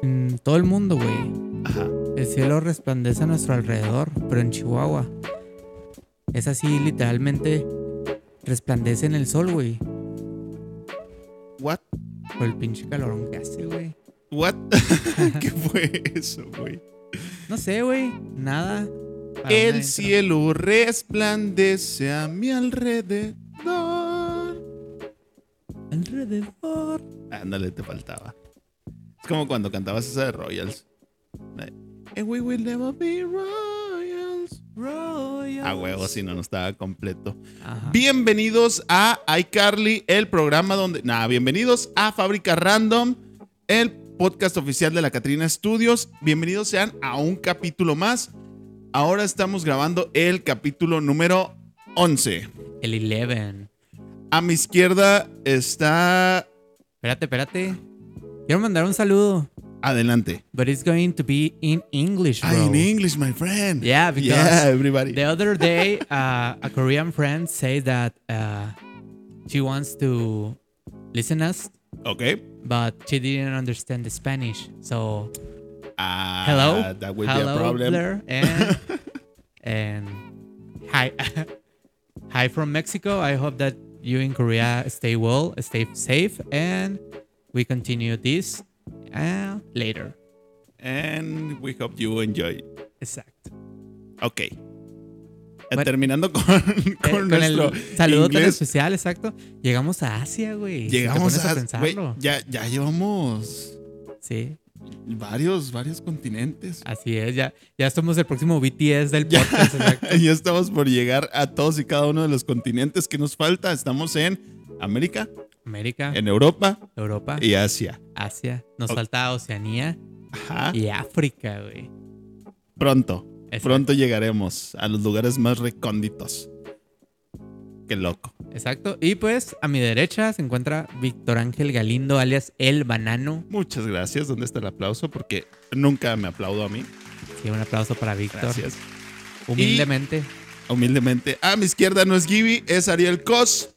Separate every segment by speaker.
Speaker 1: Mm, todo el mundo, güey.
Speaker 2: Ajá.
Speaker 1: El cielo resplandece a nuestro alrededor, pero en Chihuahua es así, literalmente resplandece en el sol, güey.
Speaker 2: What?
Speaker 1: Por el pinche calorón que hace, güey.
Speaker 2: What? ¿Qué fue eso, güey?
Speaker 1: No sé, güey. Nada. Para una intro.
Speaker 2: El cielo resplandece a mi alrededor.
Speaker 1: Alrededor.
Speaker 2: Ándale, te faltaba. Es como cuando cantabas esa de Royals. La de, And we will never be Royals. A huevo, si no, no estaba completo.
Speaker 1: Ajá.
Speaker 2: Bienvenidos a iCarly, el programa donde. Nada, bienvenidos a Fábrica Random, el podcast oficial de la Catrina Studios. Bienvenidos sean a un capítulo más. Ahora estamos grabando el capítulo número 11.
Speaker 1: El 11.
Speaker 2: A mi izquierda está.
Speaker 1: Espérate, espérate. Quiero mandar un saludo.
Speaker 2: Adelante.
Speaker 1: But it's going to be in English, bro.
Speaker 2: Ah, in English, my friend.
Speaker 1: Yeah, because
Speaker 2: Yeah, everybody.
Speaker 1: The other day, uh, a Korean friend said that uh, she wants to listen us,
Speaker 2: Ok.
Speaker 1: but she didn't understand the Spanish. So
Speaker 2: Ah,
Speaker 1: hello,
Speaker 2: That will
Speaker 1: hello
Speaker 2: be a problem.
Speaker 1: there, and, and hi, hi from Mexico. I hope that you in Korea stay well, stay safe, and we continue this uh, later.
Speaker 2: And we hope you enjoy.
Speaker 1: Exacto.
Speaker 2: Ok. Eh,
Speaker 1: Bueno.
Speaker 2: Terminando con, con,
Speaker 1: Eh, con
Speaker 2: nuestro
Speaker 1: el saludo tan
Speaker 2: inglés,
Speaker 1: especial, exacto. Llegamos a Asia, güey. Si te
Speaker 2: llegamos
Speaker 1: pones
Speaker 2: a, güey,
Speaker 1: pensarlo.
Speaker 2: ya, ya llevamos
Speaker 1: Sí,
Speaker 2: varios, varios continentes.
Speaker 1: así es. Ya, ya somos el próximo BTS del podcast. exacto.
Speaker 2: Ya estamos por llegar a todos y cada uno de los continentes que nos falta. Estamos en América,
Speaker 1: América,
Speaker 2: en Europa
Speaker 1: Europa,
Speaker 2: y Asia.
Speaker 1: Asia. Nos
Speaker 2: Ok.
Speaker 1: falta Oceanía
Speaker 2: Ajá.
Speaker 1: y África, güey.
Speaker 2: Pronto,
Speaker 1: Exacto,
Speaker 2: pronto llegaremos a los lugares más recónditos. Qué loco.
Speaker 1: Exacto. Y pues a mi derecha se encuentra Víctor Ángel Galindo, alias El Banano.
Speaker 2: Muchas gracias. ¿Dónde está el aplauso? Porque nunca me aplaudo a mí.
Speaker 1: Sí, un aplauso para Víctor.
Speaker 2: Gracias.
Speaker 1: Humildemente.
Speaker 2: Humildemente. A mi izquierda no es Gibby, es Ariel Cos.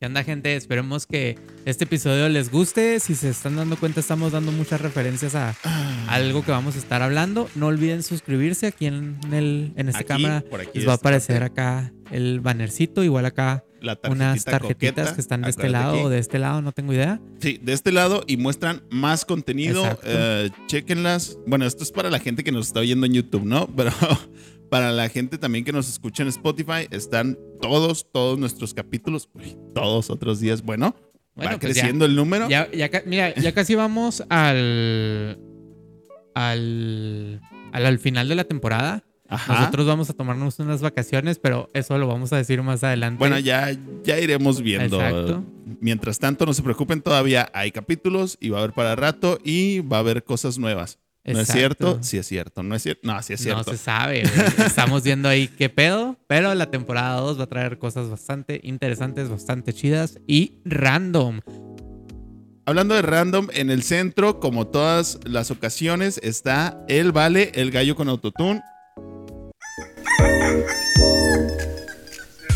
Speaker 1: ¿Qué onda, gente? Esperemos que este episodio les guste. Si se están dando cuenta, estamos dando muchas referencias a
Speaker 2: Ah.
Speaker 1: algo que vamos a estar hablando. No olviden suscribirse aquí en, el, en esta
Speaker 2: Aquí,
Speaker 1: cámara.
Speaker 2: por aquí
Speaker 1: Les va a
Speaker 2: está
Speaker 1: aparecer acá el bannercito, igual acá
Speaker 2: la tarjetita
Speaker 1: unas tarjetitas
Speaker 2: coqueta.
Speaker 1: que están de este
Speaker 2: Acuérdate
Speaker 1: lado
Speaker 2: aquí.
Speaker 1: o de este lado, no tengo idea.
Speaker 2: Sí, de este lado y muestran más contenido.
Speaker 1: Exacto.
Speaker 2: Eh, chequenlas. Bueno, esto es para la gente que nos está oyendo en YouTube, ¿no? Pero para la gente también que nos escucha en Spotify, están todos, todos nuestros capítulos, Uy, todos otros días. Bueno, va
Speaker 1: Bueno, pues ya.
Speaker 2: creciendo el número.
Speaker 1: Ya, ya ca- mira, ya casi vamos al, al, al, al final de la temporada.
Speaker 2: Ajá.
Speaker 1: Nosotros vamos a tomarnos unas vacaciones, pero eso lo vamos a decir más adelante.
Speaker 2: Bueno, ya, ya iremos viendo.
Speaker 1: Exacto.
Speaker 2: Mientras tanto, no se preocupen, todavía hay capítulos y va a haber para rato y va a haber cosas nuevas. ¿No es
Speaker 1: Exacto.
Speaker 2: cierto? Sí es cierto. ¿No es cierto? No, sí es
Speaker 1: No
Speaker 2: cierto.
Speaker 1: se sabe. güey. Estamos viendo ahí qué pedo. Pero la temporada 2 va a traer cosas bastante interesantes, bastante chidas y random.
Speaker 2: Hablando de random, en el centro, como todas las ocasiones, está el Vale, el gallo con autotune.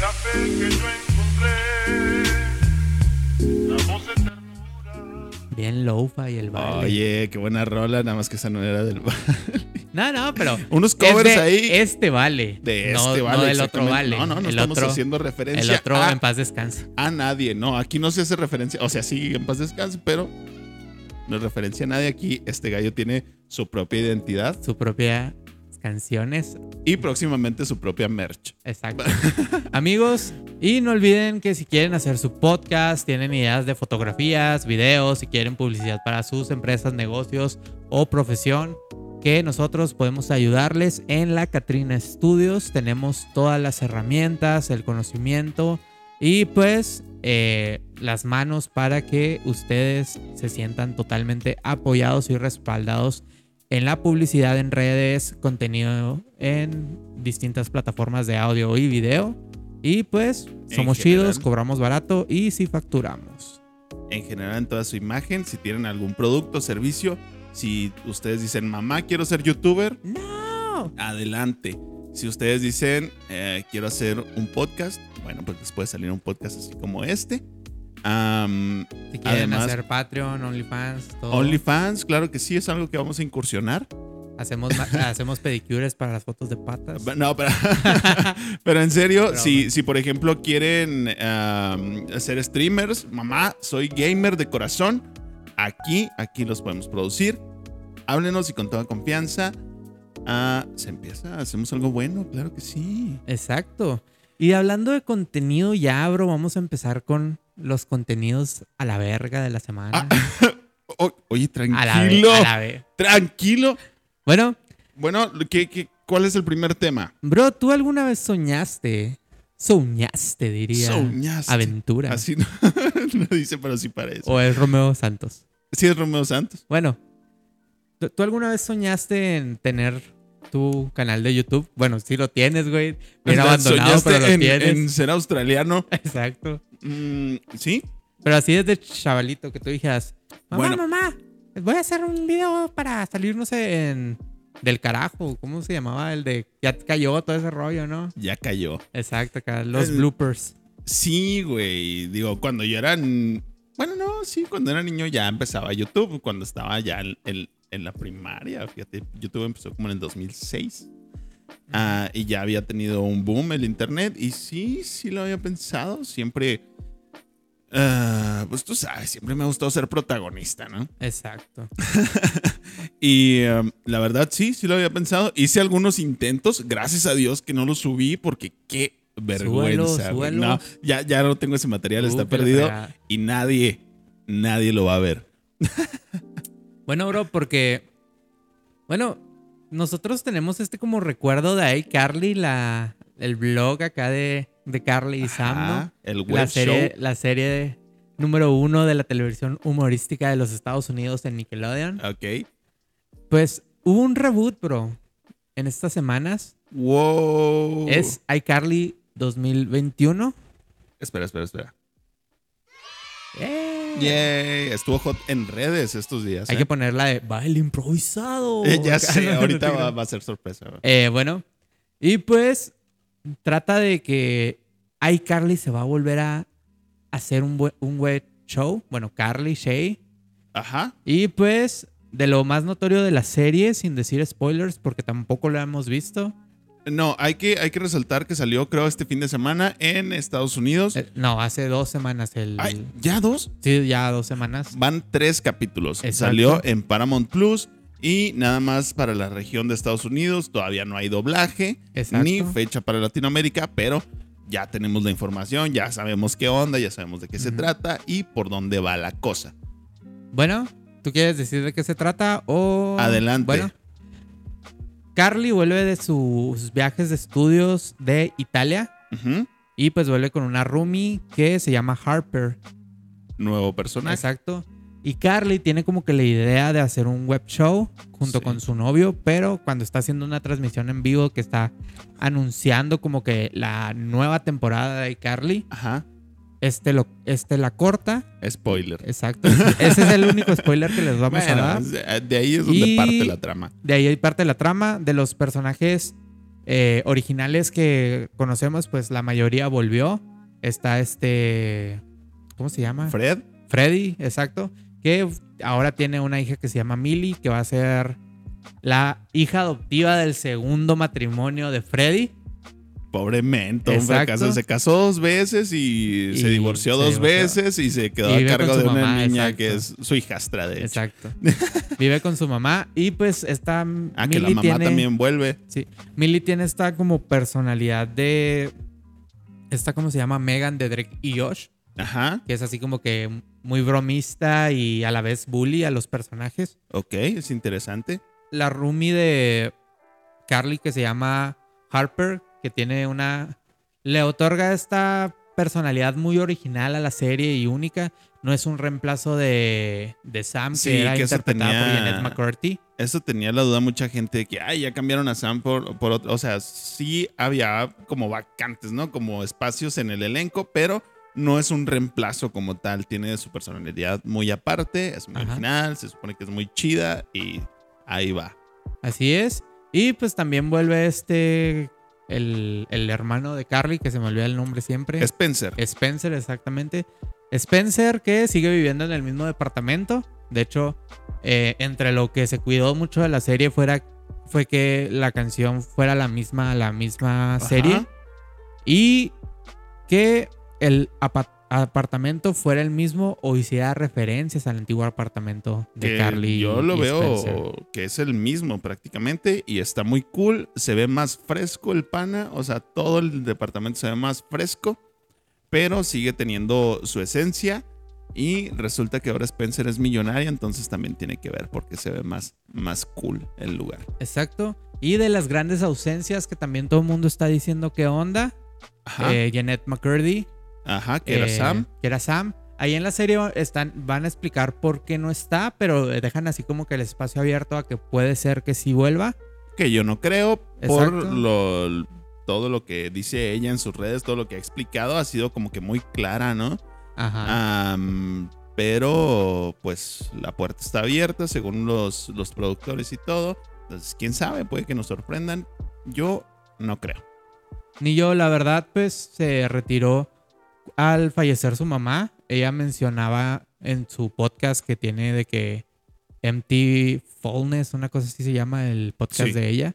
Speaker 3: La fe que yo encontré, la voz de ternura.
Speaker 1: Bien lofa y el baile.
Speaker 2: Oye, qué buena rola, nada más que esa no era del
Speaker 1: No, no, pero.
Speaker 2: Unos
Speaker 1: es
Speaker 2: covers
Speaker 1: de
Speaker 2: ahí
Speaker 1: Este vale.
Speaker 2: de
Speaker 1: no,
Speaker 2: este Vale.
Speaker 1: No del otro
Speaker 2: exactamente.
Speaker 1: vale.
Speaker 2: No, no,
Speaker 1: el
Speaker 2: no estamos
Speaker 1: otro,
Speaker 2: haciendo Ah.
Speaker 1: El
Speaker 2: referencia
Speaker 1: otro
Speaker 2: a,
Speaker 1: en paz descanse.
Speaker 2: a nadie, no. Aquí no se hace referencia, o sea, sí, en paz descanse, pero no es referencia a nadie aquí. Este gallo tiene su propia identidad
Speaker 1: Su propia canciones.
Speaker 2: y próximamente su propia merch.
Speaker 1: Exacto. Amigos, y no olviden que si quieren hacer su podcast, tienen ideas de fotografías, videos, si quieren publicidad para sus empresas, negocios o profesión, que nosotros podemos ayudarles en la Catrina Studios. Tenemos todas las herramientas, el conocimiento y pues eh, las manos para que ustedes se sientan totalmente apoyados y respaldados en la publicidad en redes, contenido en distintas plataformas de audio y video. Y pues somos
Speaker 2: general.
Speaker 1: chidos, cobramos barato y sí facturamos.
Speaker 2: en general en toda su imagen, si tienen algún producto, servicio, si ustedes dicen, mamá, quiero ser youtuber,
Speaker 1: ¡No!
Speaker 2: adelante. Si ustedes dicen, "Eh, quiero hacer un podcast, bueno, pues les puede salir un podcast así como este. Am,
Speaker 1: Si quieren
Speaker 2: Además-
Speaker 1: hacer Patreon, OnlyFans, todo.
Speaker 2: OnlyFans, claro que sí, es algo que vamos a incursionar.
Speaker 1: Hacemos, ma- hacemos pedicures para las fotos de patas.
Speaker 2: No, pero, pero en serio,
Speaker 1: Pero,
Speaker 2: si, si por ejemplo quieren am, ser streamers, mamá, soy gamer de corazón, aquí, aquí los podemos producir. Háblenos y con toda confianza. Ah, se empieza, hacemos algo bueno, claro que sí.
Speaker 1: Exacto. Y hablando de contenido, ya, bro, vamos a empezar con los contenidos a la verga de la semana.
Speaker 2: O- oye,
Speaker 1: a la verga.
Speaker 2: Ah, tranquilo, tranquilo.
Speaker 1: Bueno,
Speaker 2: Bueno, ¿qué, qué, cuál es el primer tema?
Speaker 1: bro, ¿tú alguna vez soñaste? Soñaste, diría.
Speaker 2: Soñaste.
Speaker 1: Aventura.
Speaker 2: Así no, no dice, pero sí parece.
Speaker 1: O es Romeo Santos.
Speaker 2: Sí es Romeo Santos.
Speaker 1: Bueno, ¿tú- ¿tú alguna vez soñaste en tener tu canal de YouTube? Bueno, sí lo tienes, güey. Bien
Speaker 2: O sea,
Speaker 1: abandonado,
Speaker 2: soñaste
Speaker 1: pero lo
Speaker 2: en,
Speaker 1: tienes.
Speaker 2: en ser australiano.
Speaker 1: Exacto.
Speaker 2: Mm, sí,
Speaker 1: Pero así desde chavalito que tú dijeras, mamá,
Speaker 2: Bueno.
Speaker 1: mamá, voy a hacer un video para salir, no sé, en... del carajo. ¿Cómo se llamaba? El de ya cayó todo ese rollo, ¿no?
Speaker 2: ya cayó.
Speaker 1: Exacto, acá, los
Speaker 2: El-
Speaker 1: bloopers.
Speaker 2: Sí, güey. Digo, cuando yo era. n- Bueno, no, sí, cuando era niño ya empezaba YouTube. Cuando estaba ya en, en- en la primaria, fíjate, YouTube empezó como en el 2006. Ah, y ya había tenido un boom el internet. Y sí, sí lo había pensado. Siempre. ah, pues tú sabes, siempre me ha gustado ser protagonista, ¿no?
Speaker 1: Exacto.
Speaker 2: Y em, la verdad, sí, sí lo había pensado. Hice algunos intentos, gracias a Dios que no los subí, porque qué vergüenza. güey.
Speaker 1: súbelo.
Speaker 2: No, ya, ya no tengo ese material, está
Speaker 1: Uf, qué la
Speaker 2: perdido.
Speaker 1: fregada.
Speaker 2: Y nadie, nadie lo va a ver.
Speaker 1: Bueno, bro, porque. Bueno, nosotros tenemos este como recuerdo de ahí, Carly, la, el blog acá de, de Carly y Sam, ¿no?
Speaker 2: Ajá, el web
Speaker 1: la serie,
Speaker 2: show.
Speaker 1: la serie número uno de la televisión humorística de los Estados Unidos en Nickelodeon.
Speaker 2: Ok.
Speaker 1: Pues hubo un reboot, bro, en estas semanas.
Speaker 2: Wow.
Speaker 1: Es iCarly 2021.
Speaker 2: Espera, espera, espera.
Speaker 1: ¡Eh!
Speaker 2: Yay. Estuvo hot en redes estos días.
Speaker 1: Hay
Speaker 2: ¿eh?
Speaker 1: que ponerla de baile improvisado.
Speaker 2: Eh, ya
Speaker 1: Acá,
Speaker 2: sé,
Speaker 1: no, no
Speaker 2: ahorita
Speaker 1: te
Speaker 2: va,
Speaker 1: creas.
Speaker 2: va a ser sorpresa. güey.
Speaker 1: Eh, bueno, y pues trata de que iCarly se va a volver a hacer un, bue- un web show. Bueno, Carly, Shay.
Speaker 2: Ajá.
Speaker 1: Y pues, de lo más notorio de la serie, sin decir spoilers, porque tampoco lo hemos visto.
Speaker 2: No, hay que, hay que resaltar que salió, creo, este fin de semana en Estados Unidos.
Speaker 1: Eh, no, hace dos semanas el.
Speaker 2: Ay, ¿Ya dos?
Speaker 1: Sí, ya dos semanas.
Speaker 2: Van tres capítulos.
Speaker 1: Exacto.
Speaker 2: Salió en Paramount Plus y nada más para la región de Estados Unidos. Todavía no hay doblaje
Speaker 1: Exacto.
Speaker 2: ni fecha para Latinoamérica, pero ya tenemos la información, ya sabemos qué onda, ya sabemos de qué se
Speaker 1: Ujú.
Speaker 2: trata y por dónde va la cosa.
Speaker 1: Bueno, ¿tú quieres decir de qué se trata o...?
Speaker 2: Adelante.
Speaker 1: Bueno. Carly vuelve de sus viajes de estudios de Italia
Speaker 2: Ujú.
Speaker 1: y pues vuelve con una roomie que se llama Harper.
Speaker 2: Nuevo personaje.
Speaker 1: Exacto. Y Carly tiene como que la idea de hacer un web show junto
Speaker 2: Sí.
Speaker 1: con su novio, pero cuando está haciendo una transmisión en vivo que está anunciando como que la nueva temporada de Carly,
Speaker 2: Ajá.
Speaker 1: este, lo, este la corta.
Speaker 2: Spoiler.
Speaker 1: Exacto. Ese es el único spoiler que les vamos
Speaker 2: Bueno,
Speaker 1: a dar.
Speaker 2: de de ahí es donde
Speaker 1: Y-
Speaker 2: parte la trama.
Speaker 1: De ahí hay parte de la trama. De los personajes eh, originales que conocemos, pues la mayoría volvió. Está este. ¿Cómo se llama?
Speaker 2: Fred,
Speaker 1: Freddy, exacto. Que ahora tiene una hija que se llama Millie, que va a ser la hija adoptiva del segundo matrimonio de Freddy.
Speaker 2: pobre mento, un
Speaker 1: Exacto.
Speaker 2: fracaso. Se casó dos veces y, se
Speaker 1: Y
Speaker 2: divorció
Speaker 1: se
Speaker 2: dos
Speaker 1: divorció.
Speaker 2: veces y se quedó
Speaker 1: Y
Speaker 2: a
Speaker 1: vive
Speaker 2: cargo
Speaker 1: con su
Speaker 2: de una
Speaker 1: mamá,
Speaker 2: niña
Speaker 1: exacto.
Speaker 2: que es su hijastra, de hecho.
Speaker 1: Exacto. Vive con su mamá y pues está...
Speaker 2: Ah, que la mamá también vuelve.
Speaker 1: Sí. Millie tiene esta como personalidad de... Esta como se llama Megan de Drake y Josh.
Speaker 2: Ajá,
Speaker 1: que es así como que muy bromista y a la vez bully a los personajes.
Speaker 2: ok, es interesante.
Speaker 1: La roomie de Carly que se llama Harper, que tiene una... Le otorga esta personalidad muy original a la serie y única. No es un reemplazo de, de Sam, que
Speaker 2: Sí,
Speaker 1: era
Speaker 2: que eso
Speaker 1: interpretada por
Speaker 2: tenía-
Speaker 1: Janet McCarthy.
Speaker 2: Eso tenía la duda mucha gente de que, ay, ya cambiaron a Sam por, por otro. O sea, sí había como vacantes, ¿no? Como espacios en el elenco, pero no es un reemplazo como tal. Tiene su personalidad muy aparte, es muy
Speaker 1: Ajá.
Speaker 2: original, se supone que es muy chida y ahí va.
Speaker 1: Así es. Y pues también vuelve este... El, el hermano de Carly, que se me olvida el nombre siempre.
Speaker 2: Spencer.
Speaker 1: Spencer, exactamente. Spencer, que sigue viviendo en el mismo departamento. De hecho, eh, entre lo que se cuidó mucho de la serie fuera, fue que la canción fuera la misma, la misma serie. Y que el apa- apartamento fuera el mismo o hiciera referencias al antiguo apartamento de
Speaker 2: que
Speaker 1: Carly.
Speaker 2: Yo lo
Speaker 1: y
Speaker 2: veo
Speaker 1: Spencer.
Speaker 2: que es el mismo prácticamente y está muy cool. Se ve más fresco el pana, o sea, todo el departamento se ve más fresco, pero sigue teniendo su esencia. Y resulta que ahora Spencer es millonaria, entonces también tiene que ver porque se ve más, más cool el lugar.
Speaker 1: Exacto. Y de las grandes ausencias que también todo el mundo está diciendo que onda.
Speaker 2: Ajá,
Speaker 1: eh, Janet McCurdy.
Speaker 2: ajá que era
Speaker 1: eh,
Speaker 2: Sam.
Speaker 1: Que era Sam. Ahí en la serie están, van a explicar por qué no está, pero dejan así como que el espacio abierto a que puede ser que sí vuelva.
Speaker 2: Que yo no creo por
Speaker 1: Exacto.
Speaker 2: lo, todo lo que dice ella en sus redes, todo lo que ha explicado ha sido como que muy clara, ¿no?
Speaker 1: Ajá.
Speaker 2: Ah. Am, pero pues la puerta está abierta según los, los productores y todo. Entonces, quién sabe, puede que nos sorprendan. Yo no creo.
Speaker 1: Ni yo, la verdad, pues se retiró al fallecer su mamá. Ella mencionaba en su podcast que tiene de que MT Fullness, una cosa así se llama el podcast
Speaker 2: Sí.
Speaker 1: de ella.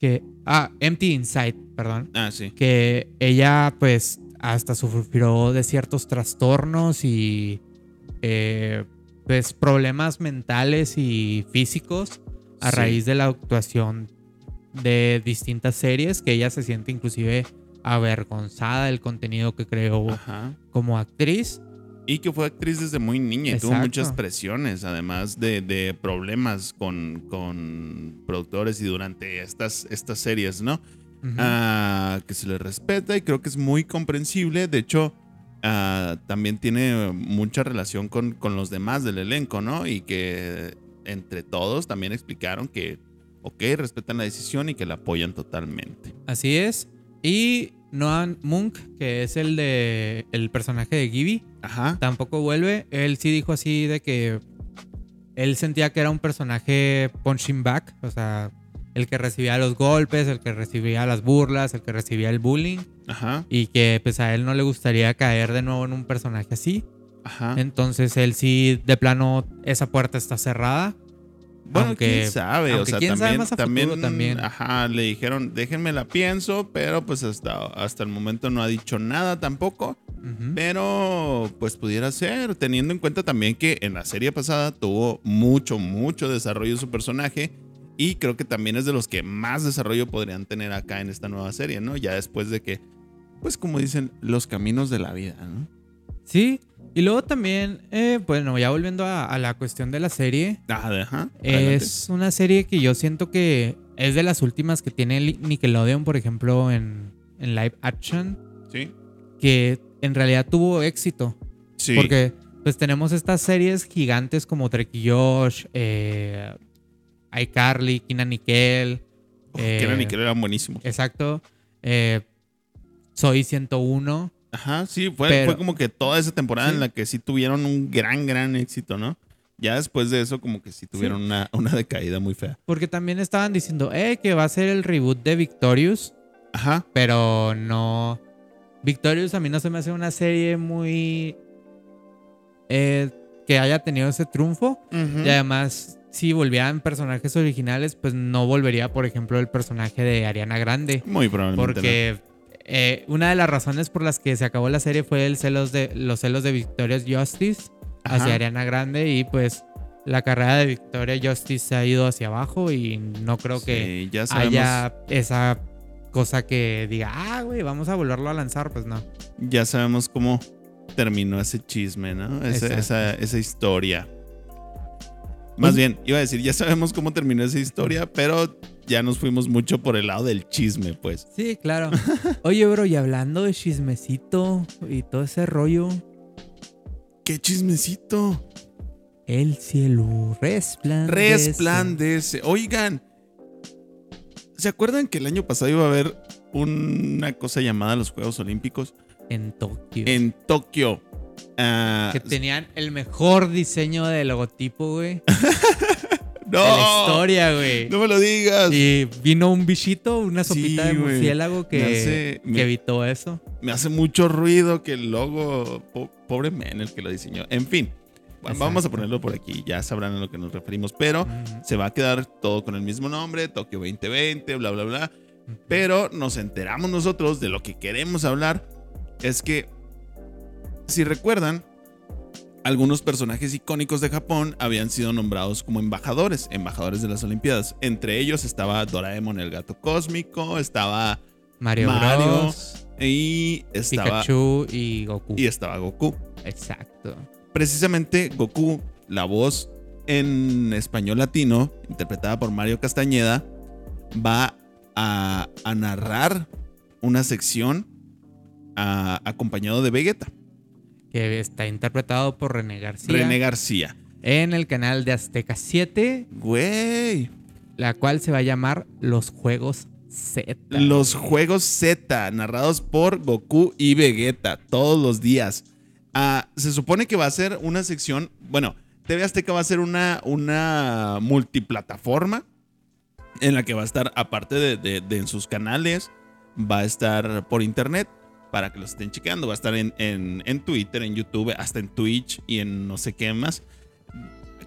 Speaker 1: Que, ah, MT Insight, perdón.
Speaker 2: Ah, sí.
Speaker 1: que ella pues hasta sufrió de ciertos trastornos y eh, pues problemas mentales y físicos a
Speaker 2: Sí.
Speaker 1: raíz de la actuación de distintas series que ella se siente inclusive avergonzada del contenido que creó
Speaker 2: Ajá.
Speaker 1: como actriz.
Speaker 2: Y que fue actriz desde muy niña y tuvo
Speaker 1: Exacto.
Speaker 2: muchas presiones, además de, de problemas con, con productores y durante estas, estas series, ¿no?
Speaker 1: Ujú.
Speaker 2: Ah, que se le respeta y creo que es muy comprensible. De hecho, ah, también tiene mucha relación con, con los demás del elenco, ¿no? Y que entre todos también explicaron que, ok, respetan la decisión y que la apoyan totalmente.
Speaker 1: Así es. Y Noah Munk, que es el de el personaje de Gibby,
Speaker 2: Ajá.
Speaker 1: tampoco vuelve. Él sí dijo así de que él sentía que era un personaje punching back, o sea, el que recibía los golpes, el que recibía las burlas, el que recibía el bullying
Speaker 2: Ajá.
Speaker 1: y que pues a él no le gustaría caer de nuevo en un personaje así.
Speaker 2: Ajá.
Speaker 1: Entonces él sí de plano esa puerta está cerrada.
Speaker 2: Bueno,
Speaker 1: aunque-
Speaker 2: quién sabe, o
Speaker 1: aunque
Speaker 2: sea,
Speaker 1: quién
Speaker 2: también,
Speaker 1: sabe más a
Speaker 2: también,
Speaker 1: futuro también.
Speaker 2: ajá, le dijeron, déjenme la pienso, pero pues hasta, hasta el momento no ha dicho nada tampoco.
Speaker 1: Ujú.
Speaker 2: Pero, pues pudiera ser, teniendo en cuenta también que en la serie pasada tuvo mucho, mucho desarrollo su personaje. Y creo que también es de los que más desarrollo podrían tener acá en esta nueva serie, ¿no? Ya después de que, pues como dicen, los caminos de la vida, ¿no?
Speaker 1: Sí. Y luego también, eh, bueno, ya volviendo a- a la cuestión de la serie,
Speaker 2: Ah, de- ajá. adelante.
Speaker 1: Es una serie que yo siento que es de las últimas que tiene el Nickelodeon, por ejemplo, en, en live action,
Speaker 2: Sí.
Speaker 1: que en realidad tuvo éxito.
Speaker 2: Sí.
Speaker 1: Porque pues tenemos estas series gigantes como Drake y Josh, eh, iCarly, Kina Nickel.
Speaker 2: Uf, que
Speaker 1: eh,
Speaker 2: eran y que eran buenísimos.
Speaker 1: Exacto. eh, Soy 101.
Speaker 2: Ajá, sí, fue,
Speaker 1: Pero-
Speaker 2: fue como que toda esa temporada
Speaker 1: Sí.
Speaker 2: en la que sí tuvieron un gran, gran éxito, ¿no? Ya después de eso, como que sí tuvieron Una, una decaída muy fea.
Speaker 1: Porque también estaban diciendo, eh, que va a ser el reboot de Victorious.
Speaker 2: Ajá.
Speaker 1: Pero no. Victorious a mí no se me hace una serie muy. eh, que haya tenido ese triunfo.
Speaker 2: Ujú.
Speaker 1: Y además, si volvieran personajes originales, pues no volvería, por ejemplo, el personaje de Ariana Grande.
Speaker 2: Muy probablemente. no.
Speaker 1: Porque eh, una de las razones por las que se acabó la serie fue el celos de, los celos de Victorious Justice hacia
Speaker 2: Ajá.
Speaker 1: Ariana Grande. Y pues la carrera de Victoria Justice se ha ido hacia abajo. Y no creo que
Speaker 2: Sí, ya sabemos,
Speaker 1: haya esa cosa que diga, ah, güey, vamos a volverlo a lanzar, pues no.
Speaker 2: ya sabemos cómo terminó ese chisme, ¿no? Ese-
Speaker 1: Exacto.
Speaker 2: esa, esa historia. Más
Speaker 1: Pues-
Speaker 2: bien, iba a decir, ya sabemos cómo terminó esa historia, pero ya nos fuimos mucho por el lado del chisme, pues.
Speaker 1: Sí, claro. Oye, bro, y hablando de chismecito y todo ese rollo,
Speaker 2: ¡Qué chismecito!
Speaker 1: el cielo resplandece.
Speaker 2: Resplandece. Oigan, ¿se acuerdan que el año pasado iba a haber una cosa llamada los Juegos Olímpicos
Speaker 1: En Tokio.
Speaker 2: en Tokio? Ah,
Speaker 1: que tenían el mejor diseño de logotipo, güey.
Speaker 2: No.
Speaker 1: de la historia, güey.
Speaker 2: No me lo digas.
Speaker 1: Y vino un bichito, una
Speaker 2: Sí,
Speaker 1: sopita de
Speaker 2: güey.
Speaker 1: murciélago que,
Speaker 2: Me hace-
Speaker 1: que
Speaker 2: me-
Speaker 1: evitó eso.
Speaker 2: Me hace mucho ruido que el logo. po- pobre men el que lo diseñó. En fin. va- Vamos a
Speaker 1: Exacto.
Speaker 2: ponerlo por aquí. Ya sabrán a lo que nos referimos. Pero
Speaker 1: Ujú.
Speaker 2: se va a quedar todo con el mismo nombre. Tokio 2020, bla, bla, bla. Pero nos enteramos nosotros de lo que queremos hablar. Es que, si recuerdan, algunos personajes icónicos de Japón habían sido nombrados como embajadores, embajadores de las Olimpiadas. Entre ellos estaba Doraemon el gato cósmico, estaba
Speaker 1: Mario,
Speaker 2: Mario,
Speaker 1: Bros,
Speaker 2: y estaba
Speaker 1: Pikachu y Goku.
Speaker 2: y estaba Goku.
Speaker 1: Exacto.
Speaker 2: Precisamente Goku, la voz en español latino, interpretada por Mario Castañeda, va a, a narrar una sección a- acompañado de Vegeta,
Speaker 1: Que está interpretado por René García
Speaker 2: René García.
Speaker 1: en el canal de Azteca 7,
Speaker 2: Güey,
Speaker 1: la cual se va a llamar Los Juegos Z.
Speaker 2: los juegos Z, narrados por Goku y Vegeta, todos los días. Ah, se supone que va a ser una sección, bueno, TV Azteca va a ser una, una multiplataforma en la que va a estar, aparte de, de- de en sus canales, va a estar por internet para que lo estén chequeando. Va a estar en, en- en Twitter, en YouTube, hasta en Twitch y en no sé qué más.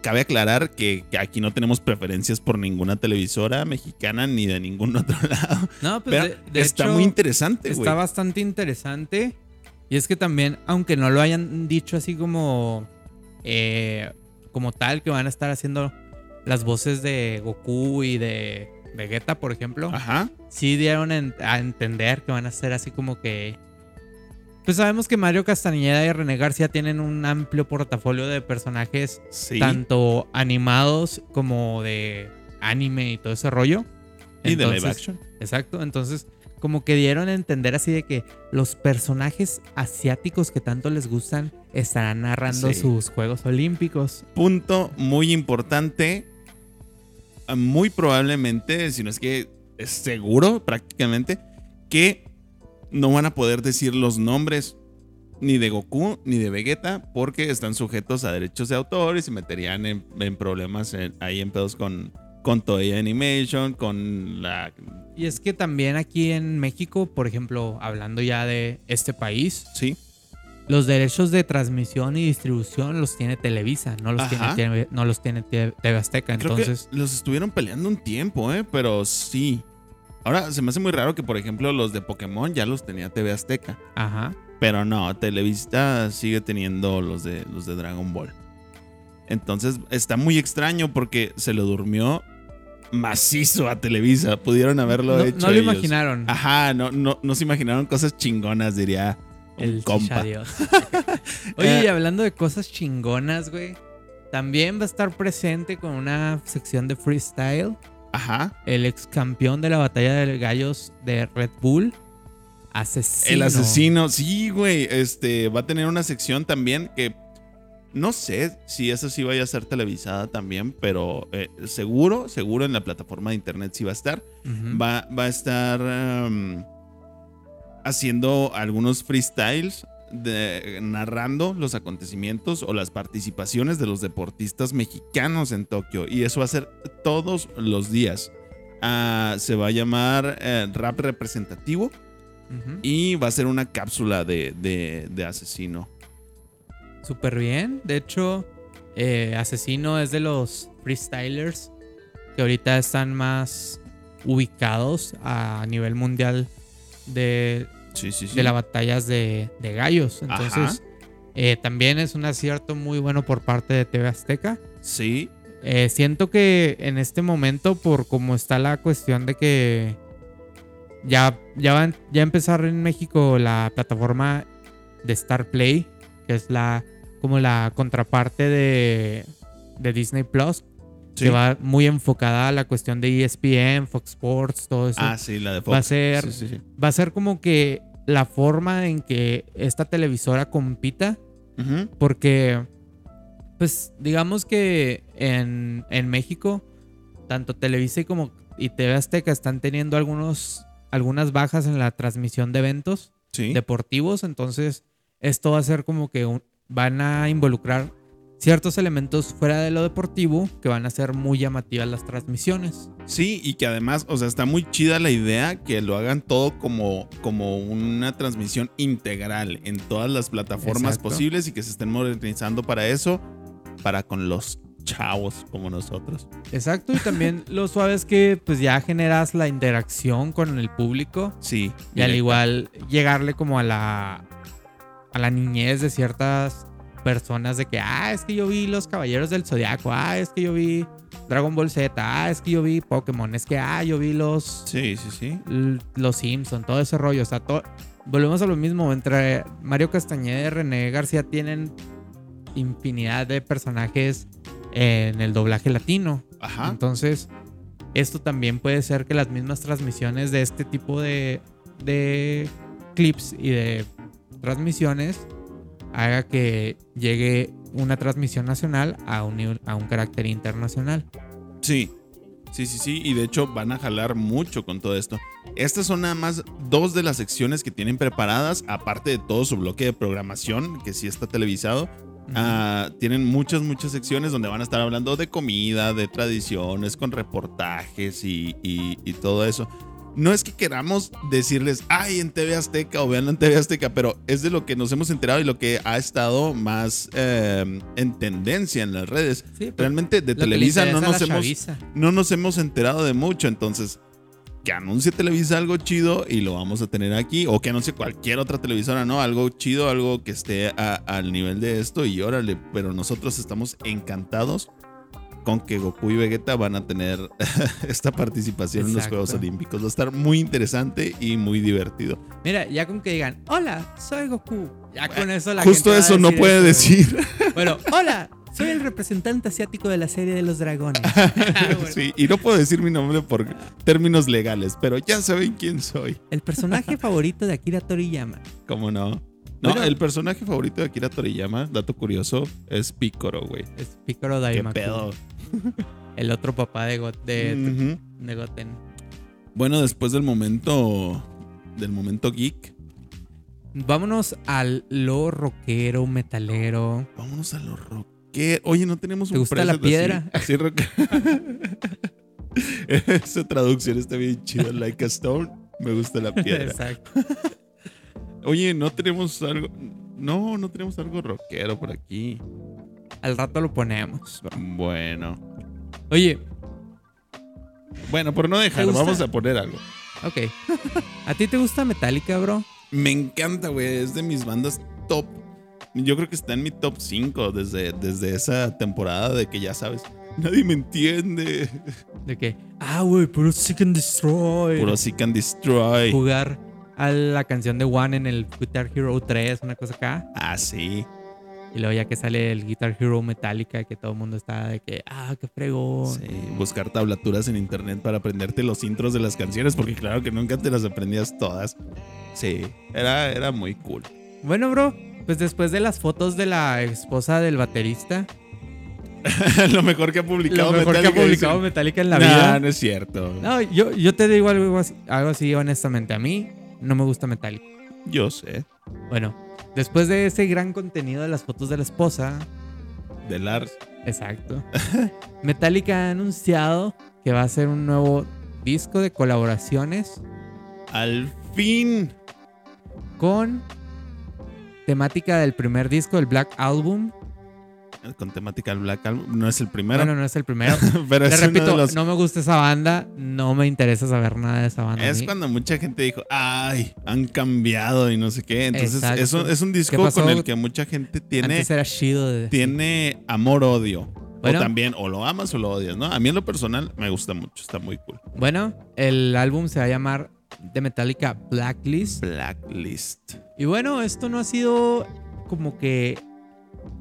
Speaker 2: Cabe aclarar que, que aquí no tenemos preferencias por ninguna televisora mexicana ni de ningún otro lado.
Speaker 1: No, pues
Speaker 2: Pero
Speaker 1: de- de
Speaker 2: está
Speaker 1: hecho,
Speaker 2: muy interesante, güey.
Speaker 1: Está bastante interesante. Y es que también, aunque no lo hayan dicho así como. eh, como tal, que van a estar haciendo las voces de Goku y de Vegeta, por ejemplo.
Speaker 2: Ajá.
Speaker 1: Sí dieron en- a entender que van a ser así como que. Pues sabemos que Mario Castañeda y René García tienen un amplio portafolio de personajes,
Speaker 2: Sí.
Speaker 1: tanto animados como de anime y todo ese rollo.
Speaker 2: y de live
Speaker 1: Entonces,
Speaker 2: action.
Speaker 1: Exacto, entonces como que dieron a entender así de que los personajes asiáticos que tanto les gustan estarán narrando
Speaker 2: Sí.
Speaker 1: sus Juegos Olímpicos.
Speaker 2: punto muy importante. Ah, Muy probablemente, si no es que es seguro prácticamente, que no van a poder decir los nombres ni de Goku ni de Vegeta porque están sujetos a derechos de autor y se meterían en, en problemas en- ahí en pedos con, con Toei Animation, con la...
Speaker 1: Y es que también aquí en México, por ejemplo, hablando ya de este país,
Speaker 2: Sí,
Speaker 1: los derechos de transmisión y distribución los tiene Televisa, no los, tiene,
Speaker 2: Ajá.
Speaker 1: TV no los tiene TV Azteca.
Speaker 2: creo
Speaker 1: entonces,
Speaker 2: que los estuvieron peleando un tiempo, ¿eh? pero sí. Ahora se me hace muy raro que, por ejemplo, los de Pokémon ya los tenía TV Azteca.
Speaker 1: ajá.
Speaker 2: Pero no, Televista sigue teniendo los de, los de Dragon Ball. Entonces está muy extraño porque se lo durmió macizo a Televisa. Pudieron haberlo
Speaker 1: no,
Speaker 2: hecho.
Speaker 1: no lo
Speaker 2: ellos. Ah,
Speaker 1: imaginaron.
Speaker 2: Ajá, no, no, no se imaginaron cosas chingonas, diría un
Speaker 1: El
Speaker 2: compa.
Speaker 1: chicha Dios. Oye,
Speaker 2: Eh.
Speaker 1: y hablando de cosas chingonas, güey. También va a estar presente con una sección de freestyle.
Speaker 2: Ajá.
Speaker 1: El ex campeón de la batalla de gallos de Red Bull. Asesino.
Speaker 2: El asesino, sí, güey. Este va a tener una sección también que no sé si esa sí vaya a ser televisada también, pero eh, seguro, seguro en la plataforma de internet sí va a estar.
Speaker 1: Ujú.
Speaker 2: va, va a estar em, haciendo algunos freestyles, de- narrando los acontecimientos o las participaciones de los deportistas mexicanos en Tokio. Y eso va a ser todos los días. Ah, se va a llamar eh, Rap Representativo
Speaker 1: Ujú.
Speaker 2: y va a ser una cápsula de, de- de asesino.
Speaker 1: Súper bien. De hecho, eh, Asesino es de los freestylers que ahorita están más ubicados a nivel mundial de
Speaker 2: Sí, sí, sí.
Speaker 1: de las batallas de, de gallos. Entonces, eh, también es un acierto muy bueno por parte de TV Azteca.
Speaker 2: Sí,
Speaker 1: Eh, siento que en este momento, por cómo está la cuestión de que ya, ya, va, ya a empezar en México la plataforma de Star Play, que es la como la contraparte de, de Disney Plus,
Speaker 2: sí.
Speaker 1: que va muy enfocada a la cuestión de E ESPN, Fox Sports, todo eso
Speaker 2: Ah, sí, la de Fox.
Speaker 1: va a ser-
Speaker 2: Sí, sí, sí.
Speaker 1: va a ser como que la forma en que esta televisora compita,
Speaker 2: Ujú.
Speaker 1: porque, pues, digamos que en, en México, tanto Televisa y como y TV Azteca están teniendo algunos, algunas bajas en la transmisión de eventos
Speaker 2: Sí.
Speaker 1: deportivos, entonces esto va a ser como que un- van a involucrar ciertos elementos fuera de lo deportivo que van a ser muy llamativas las transmisiones.
Speaker 2: Sí, y que además, o sea, está muy chida la idea que lo hagan todo como, como una transmisión integral en todas las plataformas
Speaker 1: Exacto.
Speaker 2: posibles y que se estén modernizando para eso, para con los chavos como nosotros.
Speaker 1: Exacto, y también lo suave es que pues ya generas la interacción con el público
Speaker 2: Sí.
Speaker 1: y al
Speaker 2: directo.
Speaker 1: igual llegarle como a la a la niñez de ciertas personas de que ah, es que yo vi Los Caballeros del Zodiaco, ah, es que yo vi Dragon Ball Z, ah, es que yo vi Pokémon, es que ah, yo vi los
Speaker 2: Sí, sí, sí.
Speaker 1: l- los Simpson, todo ese rollo. O sea, to- volvemos a lo mismo. Entre Mario Castañeda y René García tienen infinidad de personajes en el doblaje latino.
Speaker 2: Ajá.
Speaker 1: Entonces, esto también puede ser que las mismas transmisiones de este tipo de, de clips y de transmisiones haga que llegue una transmisión nacional a un, nivel- a un carácter internacional.
Speaker 2: Sí. Sí, sí, sí. Y de hecho van a jalar mucho con todo esto. Estas son nada más dos de las secciones que tienen preparadas, aparte de todo su bloque de programación, que sí está televisado. Ah, tienen muchas, muchas secciones donde van a estar hablando de comida, de tradiciones, con reportajes y, y- y todo eso. No es que queramos decirles, ay, en TV Azteca o vean en TV Azteca, pero es de lo que nos hemos enterado y lo que ha estado más eh, en tendencia en las redes.
Speaker 1: Sí, pues,
Speaker 2: Realmente de
Speaker 1: lo que le
Speaker 2: Televisa no
Speaker 1: interesa a
Speaker 2: nos,
Speaker 1: la
Speaker 2: hemos,
Speaker 1: chaviza.
Speaker 2: no nos hemos enterado de mucho, entonces que anuncie Televisa algo chido y lo vamos a tener aquí, o que anuncie cualquier otra televisora, ¿no? Algo chido, algo que esté a- al nivel de esto y órale, pero nosotros estamos encantados con que Goku y Vegeta van a tener esta participación en los
Speaker 1: Exacto.
Speaker 2: Juegos Olímpicos. Va a estar muy interesante y muy divertido.
Speaker 1: Mira, ya con que digan, hola, soy Goku. Ya con eso la gente
Speaker 2: Justo
Speaker 1: va a
Speaker 2: eso no puede
Speaker 1: eso.
Speaker 2: decir.
Speaker 1: Bueno, hola, soy el representante asiático de la serie de los dragones. Ah, Bueno,
Speaker 2: Sí, y no puedo decir mi nombre por términos legales, pero ya saben quién soy.
Speaker 1: El personaje favorito de Akira Toriyama.
Speaker 2: ¿Cómo no? No,
Speaker 1: Bueno.
Speaker 2: el personaje favorito de Akira Toriyama, dato curioso, es Picoro, güey.
Speaker 1: Es Piccolo
Speaker 2: Qué
Speaker 1: Daimaku.
Speaker 2: pedo.
Speaker 1: El otro papá de, Got- de,
Speaker 2: Ujú.
Speaker 1: de Goten.
Speaker 2: Bueno, después del momento del momento geek,
Speaker 1: Vámonos al lo rockero, metalero.
Speaker 2: vámonos a lo rocker. Oye, no tenemos
Speaker 1: ¿Te
Speaker 2: un
Speaker 1: gusta la
Speaker 2: preset
Speaker 1: piedra?
Speaker 2: Así, así rock- Esa traducción está bien chida, like a stone. Me gusta la piedra.
Speaker 1: Exacto.
Speaker 2: Oye, no tenemos algo. No, no tenemos algo rockero por aquí.
Speaker 1: Al rato lo ponemos. bro.
Speaker 2: Bueno.
Speaker 1: Oye,
Speaker 2: Bueno, por no dejar,
Speaker 1: gusta?
Speaker 2: vamos a poner algo.
Speaker 1: ok. ¿A ti te gusta Metallica, bro?
Speaker 2: Me encanta, güey. Es de mis bandas top. Yo creo que está en mi top 5 desde, desde esa temporada de que ya sabes. Nadie me entiende.
Speaker 1: ¿De qué? Ah, güey, puro Seek and Destroy.
Speaker 2: Puro Seek and Destroy.
Speaker 1: jugar a la canción de One en el Guitar Hero 3, una cosa acá.
Speaker 2: Ah, sí.
Speaker 1: Y luego ya que sale el Guitar Hero Metallica, que todo el mundo está de que, ah, qué fregón.
Speaker 2: Sí. Buscar tablaturas en internet para aprenderte los intros de las canciones, porque claro que nunca te las aprendías todas. Sí, era, era muy cool.
Speaker 1: Bueno, bro, pues después de las fotos de la esposa del baterista,
Speaker 2: lo mejor que ha publicado
Speaker 1: lo mejor que ha
Speaker 2: Metallica,
Speaker 1: publicado
Speaker 2: dicen.
Speaker 1: Metallica en la
Speaker 2: Nah,
Speaker 1: vida.
Speaker 2: no es cierto.
Speaker 1: No, yo, yo te digo algo así, algo así, honestamente. A mí no me gusta Metallica.
Speaker 2: Yo sé.
Speaker 1: Bueno, después de ese gran contenido de las fotos de la esposa,
Speaker 2: De Lars.
Speaker 1: Exacto. Metallica ha anunciado que va a ser un nuevo disco de colaboraciones
Speaker 2: Al fin.
Speaker 1: con temática del primer disco, el Black Album.
Speaker 2: Con temática Black Album. No es el primero.
Speaker 1: Bueno, no es el primero.
Speaker 2: Pero
Speaker 1: Te
Speaker 2: es uno de
Speaker 1: repito,
Speaker 2: los-
Speaker 1: no me gusta esa banda, no me interesa saber nada de esa banda. a
Speaker 2: Es
Speaker 1: mí.
Speaker 2: cuando mucha gente dijo, ay, han cambiado y no sé qué. Entonces
Speaker 1: Exacto.
Speaker 2: es un, es un
Speaker 1: ¿Qué
Speaker 2: disco
Speaker 1: pasó?
Speaker 2: con el que mucha gente tiene,
Speaker 1: Antes era chido de...
Speaker 2: tiene amor-odio.
Speaker 1: Bueno.
Speaker 2: O también, o lo amas o lo odias, ¿no? A mí en lo personal me gusta mucho, está muy cool.
Speaker 1: Bueno, el álbum se va a llamar The Metallica Blacklist.
Speaker 2: Blacklist.
Speaker 1: Y bueno, esto no ha sido como que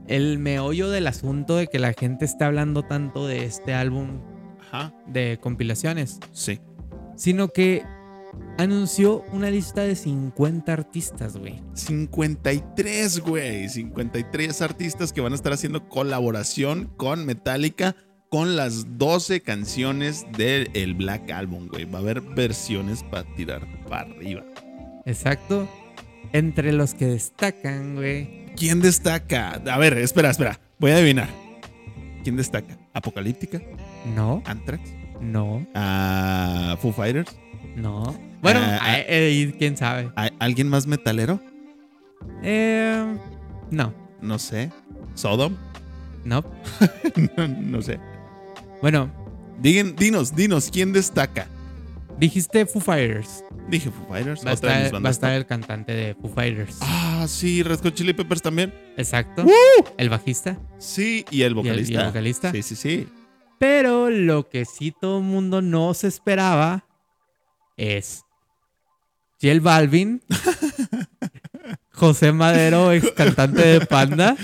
Speaker 1: el meollo del asunto de que la gente está hablando tanto de este álbum
Speaker 2: Ajá,
Speaker 1: de compilaciones,
Speaker 2: sí.
Speaker 1: sino que anunció una lista de 50 artistas, güey.
Speaker 2: 53, güey. 53 artistas que van a estar haciendo colaboración con Metallica con las 12 canciones del el Black Album, güey. Va a haber versiones para tirar para arriba.
Speaker 1: Exacto. Entre los que destacan, güey.
Speaker 2: ¿Quién destaca? A ver, espera, espera. Voy a adivinar. ¿Quién destaca? ¿Apocalíptica?
Speaker 1: No,
Speaker 2: ¿Anthrax?
Speaker 1: no,
Speaker 2: ¿A ¿Foo Fighters?
Speaker 1: no. Bueno,
Speaker 2: Ah, ah.
Speaker 1: ay, eh, quién sabe.
Speaker 2: ¿A- ¿Alguien más metalero?
Speaker 1: Eh, no,
Speaker 2: No sé. ¿Sodom?
Speaker 1: no.
Speaker 2: no sé.
Speaker 1: Bueno,
Speaker 2: Digan, dinos, dinos, ¿quién destaca?
Speaker 1: dijiste Foo Fighters.
Speaker 2: Dije Foo Fighters.
Speaker 1: Va a
Speaker 2: otra de
Speaker 1: estar,
Speaker 2: mis
Speaker 1: va a
Speaker 2: bandas
Speaker 1: estar
Speaker 2: top.
Speaker 1: el cantante de Foo Fighters.
Speaker 2: Ah, sí, Red Hot Chili Peppers también.
Speaker 1: Exacto. El bajista.
Speaker 2: Sí, y el
Speaker 1: y
Speaker 2: vocalista.
Speaker 1: el vocalista.
Speaker 2: Sí, sí, sí.
Speaker 1: Pero lo que sí todo el mundo no se esperaba es Jill Balvin, José Madero, ex cantante de Panda,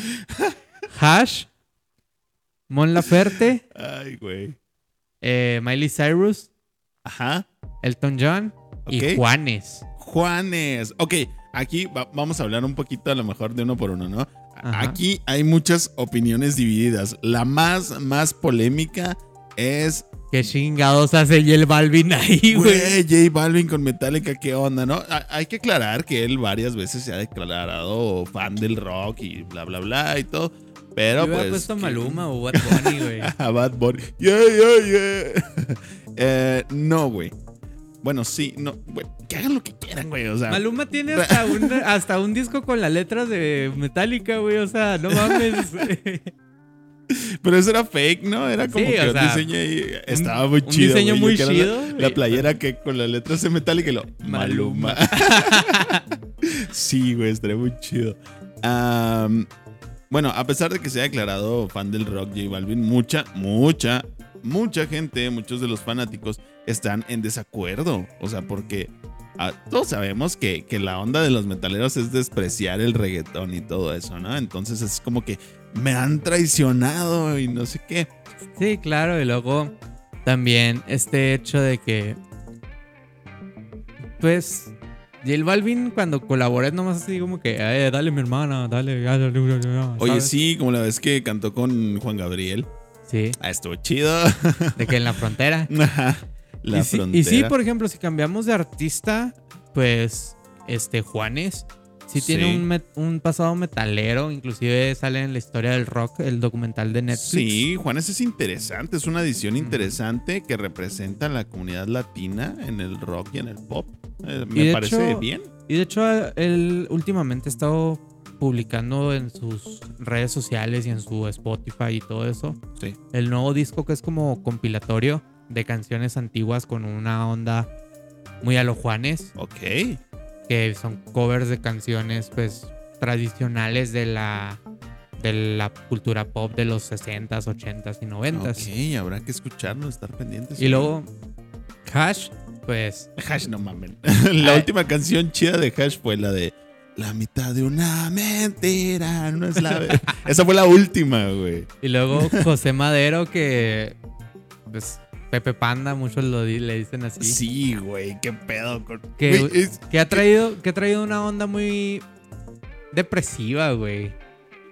Speaker 1: Hash, Mon Laferte,
Speaker 2: Ay, güey.
Speaker 1: eh, Miley Cyrus,
Speaker 2: Ajá.
Speaker 1: Elton John y
Speaker 2: Ok.
Speaker 1: Juanes.
Speaker 2: Juanes. Ok, aquí va- vamos a hablar un poquito a lo mejor de uno por uno, ¿no? A-
Speaker 1: Ajá.
Speaker 2: Aquí hay muchas opiniones divididas. La más, más polémica es,
Speaker 1: ¿Qué chingados hace Jill Balvin ahí, güey?
Speaker 2: güey, J Balvin con Metallica, ¿qué onda, no? A- hay que aclarar que él varias veces se ha declarado fan del rock y bla, bla, bla y todo. Pero
Speaker 1: Yo hubiera
Speaker 2: pues...
Speaker 1: puesto
Speaker 2: que-
Speaker 1: Maluma o Bad Bunny, güey.
Speaker 2: A Bad Bunny. Yeah, yeah, yeah. Eh, no, güey. Bueno, sí, no. güey, que hagan lo que quieran, güey. O sea,
Speaker 1: Maluma tiene hasta un, hasta un disco con las letras de Metallica, güey. O sea, no mames.
Speaker 2: Pero eso era fake, ¿no? Era como
Speaker 1: Sí,
Speaker 2: que
Speaker 1: o
Speaker 2: un
Speaker 1: sea,
Speaker 2: diseño ahí. Estaba
Speaker 1: un-
Speaker 2: muy
Speaker 1: un
Speaker 2: chido.
Speaker 1: diseño
Speaker 2: güey,
Speaker 1: muy
Speaker 2: que era
Speaker 1: chido,
Speaker 2: La,
Speaker 1: güey.
Speaker 2: la playera que con las letras en metálica y lo.
Speaker 1: Maluma.
Speaker 2: Maluma. sí, güey, estaría muy chido. Am, bueno, a pesar de que se ha declarado fan del rock J Balvin, mucha, mucha, mucha gente, muchos de los fanáticos están en desacuerdo. O sea, porque ah, todos sabemos que, que la onda de los metaleros es despreciar el reggaetón y todo eso, ¿no? Entonces es como que me han traicionado y no sé qué.
Speaker 1: Sí, claro, y luego también este hecho de que. Pues. J Balvin cuando colaboré nomás así como que, eh, dale mi hermana, dale, dale, dale, dale",
Speaker 2: Oye,
Speaker 1: Pues, ¿sabes?
Speaker 2: sí, como la vez que cantó con Juan Gabriel.
Speaker 1: Sí,
Speaker 2: Ah, estuvo chido.
Speaker 1: de que en la frontera.
Speaker 2: la
Speaker 1: y, sí,
Speaker 2: frontera.
Speaker 1: y sí, por ejemplo, si cambiamos de artista, pues este Juanes sí, tiene
Speaker 2: Sí.
Speaker 1: un, met- un pasado metalero, inclusive sale en la historia del rock, el documental de Netflix.
Speaker 2: Sí, Juanes es interesante, es una edición interesante que representa a la comunidad latina en el rock y en el pop. Eh,
Speaker 1: Y
Speaker 2: me
Speaker 1: de
Speaker 2: parece
Speaker 1: hecho-
Speaker 2: bien.
Speaker 1: Y de hecho, él últimamente ha estado publicando en sus redes sociales y en su Spotify y todo eso.
Speaker 2: Sí.
Speaker 1: El nuevo disco que es como compilatorio de canciones antiguas con una onda muy a los Juanes,
Speaker 2: Ok.
Speaker 1: que son covers de canciones pues tradicionales de la de la cultura pop de los 60s, 80s y 90s.
Speaker 2: Ok, habrá que escucharlo, estar pendientes.
Speaker 1: Y luego Hash, pues
Speaker 2: Hash, no mamen. la
Speaker 1: Ay.
Speaker 2: última canción chida de Hash fue la de La mitad de una mentira, no es la ver-". Esa fue la última, güey.
Speaker 1: Y luego José Madero, que. Pues Pepe Panda, muchos lo di- le dicen así.
Speaker 2: Sí, güey, qué pedo. con-
Speaker 1: Que,
Speaker 2: Güey, es-
Speaker 1: que ha traído, que ha traído una onda muy depresiva, güey.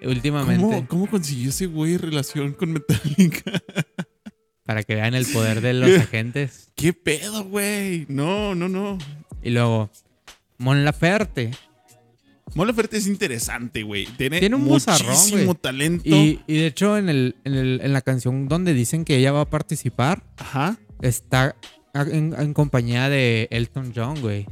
Speaker 1: Últimamente.
Speaker 2: ¿cómo, cómo consiguió ese güey relación con Metallica?
Speaker 1: Para que vean el poder de los agentes.
Speaker 2: ¿Qué pedo, güey? No, no, no.
Speaker 1: Y luego. Mon Laferte.
Speaker 2: Mon Laferte es interesante, güey. Tiene,
Speaker 1: Tiene un
Speaker 2: muchísimo
Speaker 1: bozarrón, güey.
Speaker 2: talento.
Speaker 1: Y, y de hecho, en, el, en, el- en la canción donde dicen que ella va a participar,
Speaker 2: Ajá.
Speaker 1: está a- en, en compañía de Elton John, güey.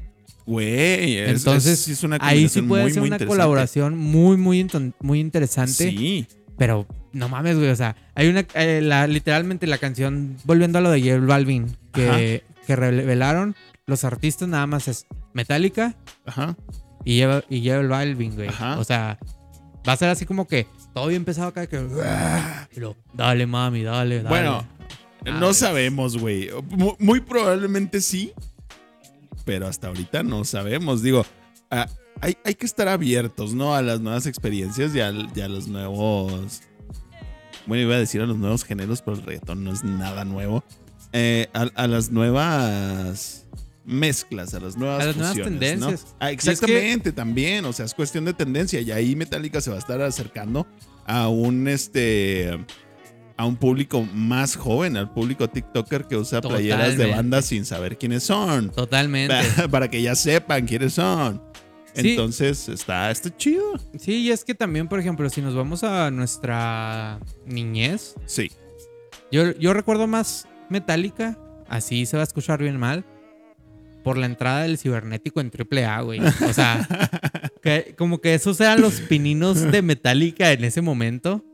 Speaker 2: Güey. es-
Speaker 1: Entonces,
Speaker 2: es- sí es una
Speaker 1: Ahí sí
Speaker 2: combinación
Speaker 1: puede
Speaker 2: muy,
Speaker 1: ser
Speaker 2: muy
Speaker 1: una
Speaker 2: interesante.
Speaker 1: colaboración muy, muy, inton- muy interesante.
Speaker 2: Sí.
Speaker 1: Pero no mames, güey. O sea, hay una. eh, la, literalmente la canción, volviendo a lo de J Balvin, que, que revelaron los artistas, nada más es Metallica
Speaker 2: Ajá.
Speaker 1: y J Bal- y J Balvin, güey.
Speaker 2: Ajá.
Speaker 1: O sea, va a ser así como que todo bien pesado acá, que. y luego, dale, mami, dale, dale.
Speaker 2: Bueno,
Speaker 1: Ah,
Speaker 2: no
Speaker 1: güey.
Speaker 2: sabemos, güey. Mu- Muy probablemente sí, pero hasta ahorita no sabemos. Digo, ah, hay, hay que estar abiertos, ¿no? A las nuevas experiencias y al- y a, los nuevos... Bueno, iba a decir a los nuevos géneros, pero el reggaetón no es nada nuevo. Eh, a, a las nuevas mezclas, a las nuevas
Speaker 1: A las nuevas
Speaker 2: fusiones,
Speaker 1: tendencias.
Speaker 2: ¿no?
Speaker 1: Y
Speaker 2: Ah,
Speaker 1: es que-
Speaker 2: exactamente, también. O sea, es cuestión de tendencia. Y ahí Metallica se va a estar acercando a un este a un público más joven, al público TikToker que usa playeras de
Speaker 1: Totalmente.
Speaker 2: banda sin saber quiénes son.
Speaker 1: Totalmente.
Speaker 2: Pa- Para que ya sepan quiénes son.
Speaker 1: Sí.
Speaker 2: Entonces, está, está chido.
Speaker 1: Sí, y es que también, por ejemplo, si nos vamos a nuestra niñez,
Speaker 2: Sí.
Speaker 1: yo, yo recuerdo más Metallica, así se va a escuchar bien mal, por la entrada del cibernético en AAA, güey. O sea, que- como que esos eran los pininos de Metallica en ese momento.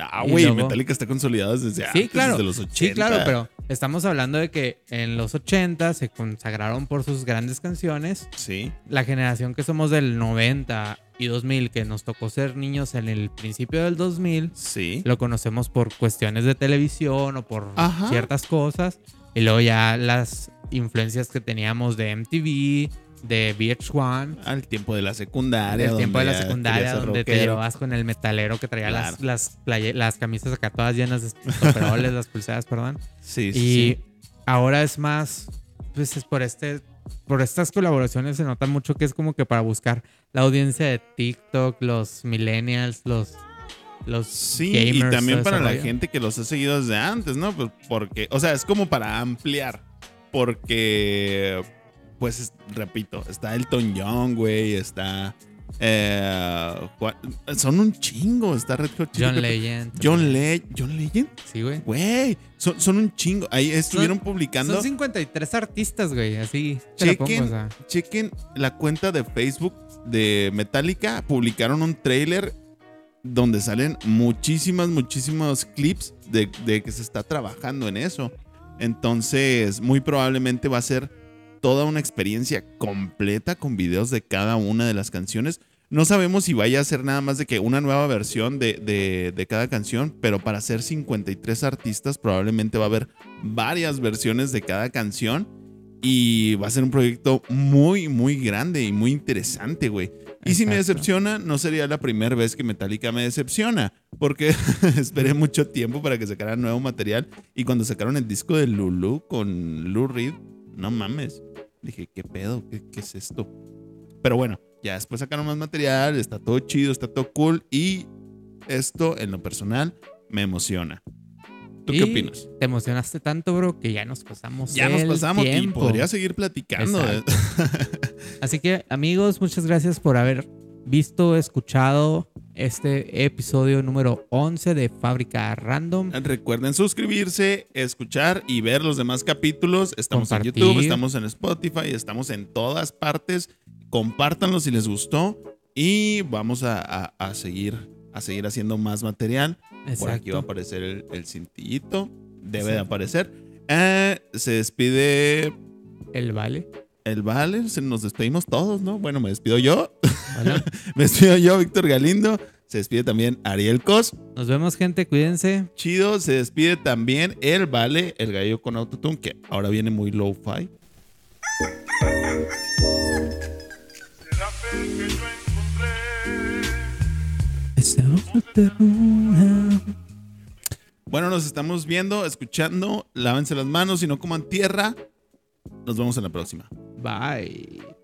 Speaker 2: Ah,
Speaker 1: Y
Speaker 2: güey,
Speaker 1: luego-
Speaker 2: Metallica está consolidada desde
Speaker 1: sí,
Speaker 2: antes,
Speaker 1: claro.
Speaker 2: desde los 80.
Speaker 1: Sí, claro, pero estamos hablando de que en los 80 se consagraron por sus grandes canciones.
Speaker 2: Sí.
Speaker 1: La generación que somos del 90 y 2000, que nos tocó ser niños en el principio del 2000,
Speaker 2: Sí.
Speaker 1: lo conocemos por cuestiones de televisión o por
Speaker 2: Ajá.
Speaker 1: ciertas cosas. Y luego ya las influencias que teníamos de MTV, de VH1,
Speaker 2: Al tiempo de la secundaria.
Speaker 1: del tiempo de la
Speaker 2: donde ya
Speaker 1: secundaria,
Speaker 2: querías ser
Speaker 1: donde te
Speaker 2: rockero.
Speaker 1: llevabas con el metalero que traía las,
Speaker 2: Claro.
Speaker 1: las, playe- las camisas acá todas llenas de estoperoles, las pulseras, perdón.
Speaker 2: Sí, sí.
Speaker 1: Y
Speaker 2: sí.
Speaker 1: ahora es más, pues es por este, por estas colaboraciones se nota mucho que es como que para buscar la audiencia de TikTok, los millennials, los, los
Speaker 2: Sí,
Speaker 1: gamers.
Speaker 2: y también
Speaker 1: todo
Speaker 2: para
Speaker 1: ese
Speaker 2: la
Speaker 1: rollo.
Speaker 2: gente que los ha seguido desde antes, ¿no? Pues porque, o sea, es como para ampliar. Porque, pues, es- repito, está Elton John, güey, está. eh, Juan- son un chingo, está Red Hot Chili
Speaker 1: John
Speaker 2: Peppers.
Speaker 1: Legend.
Speaker 2: John, Le John Legend,
Speaker 1: Sí, güey.
Speaker 2: güey, son, son un chingo. Ahí estuvieron publicando.
Speaker 1: Son 53 artistas, güey, así. Te la pongo,
Speaker 2: Chequen.
Speaker 1: o sea.
Speaker 2: chequen la cuenta de Facebook de Metallica. Publicaron un trailer donde salen muchísimas, muchísimos clips de, de que se está trabajando en eso. Entonces, muy probablemente va a ser toda una experiencia completa con videos de cada una de las canciones. No sabemos si vaya a ser nada más de que una nueva versión de, de- de cada canción, pero para ser 53 artistas probablemente va a haber varias versiones de cada canción y va a ser un proyecto muy, muy grande y muy interesante, güey. Y si me
Speaker 1: Exacto.
Speaker 2: decepciona, no sería la primera vez que Metallica me decepciona, porque esperé mucho tiempo para que sacaran nuevo material y cuando sacaron el disco de Lulu con Lou Reed, no mames. Dije, ¿qué pedo? ¿Qué, qué es esto? Pero bueno, ya después sacaron más material, está todo chido, está todo cool y esto en lo personal me emociona. ¿Tú
Speaker 1: Y
Speaker 2: qué opinas?
Speaker 1: Te emocionaste tanto, bro, que ya nos pasamos.
Speaker 2: Ya nos
Speaker 1: el
Speaker 2: pasamos y
Speaker 1: tiempo.
Speaker 2: podría seguir platicando.
Speaker 1: Exacto. Así que, amigos, muchas gracias por haber visto, escuchado este episodio número 11 de Fábrica Random.
Speaker 2: Recuerden suscribirse, escuchar y ver los demás capítulos. Estamos
Speaker 1: Compartir.
Speaker 2: en YouTube, estamos en Spotify, estamos en todas partes. Compártanlo si les gustó y vamos a, a- a seguir a seguir haciendo más material. Por aquí
Speaker 1: Exacto.
Speaker 2: va a aparecer el, el cintillito. Debe de
Speaker 1: Exacto.
Speaker 2: aparecer. Eh, se despide
Speaker 1: El vale.
Speaker 2: el Valer. se- Nos despedimos todos, ¿no? Bueno, me despido yo.
Speaker 1: Hola.
Speaker 2: Me despido yo, Víctor Galindo. Se despide también Ariel Cos.
Speaker 1: Nos vemos, gente. Cuídense.
Speaker 2: Chido. Se despide también el Vale, el gallo con autotune, que ahora viene muy low-fi.
Speaker 3: la fe que yo encontré.
Speaker 2: Bueno, nos estamos viendo, escuchando. Lávense las manos y no coman tierra. Nos vemos en la próxima.
Speaker 1: Bye.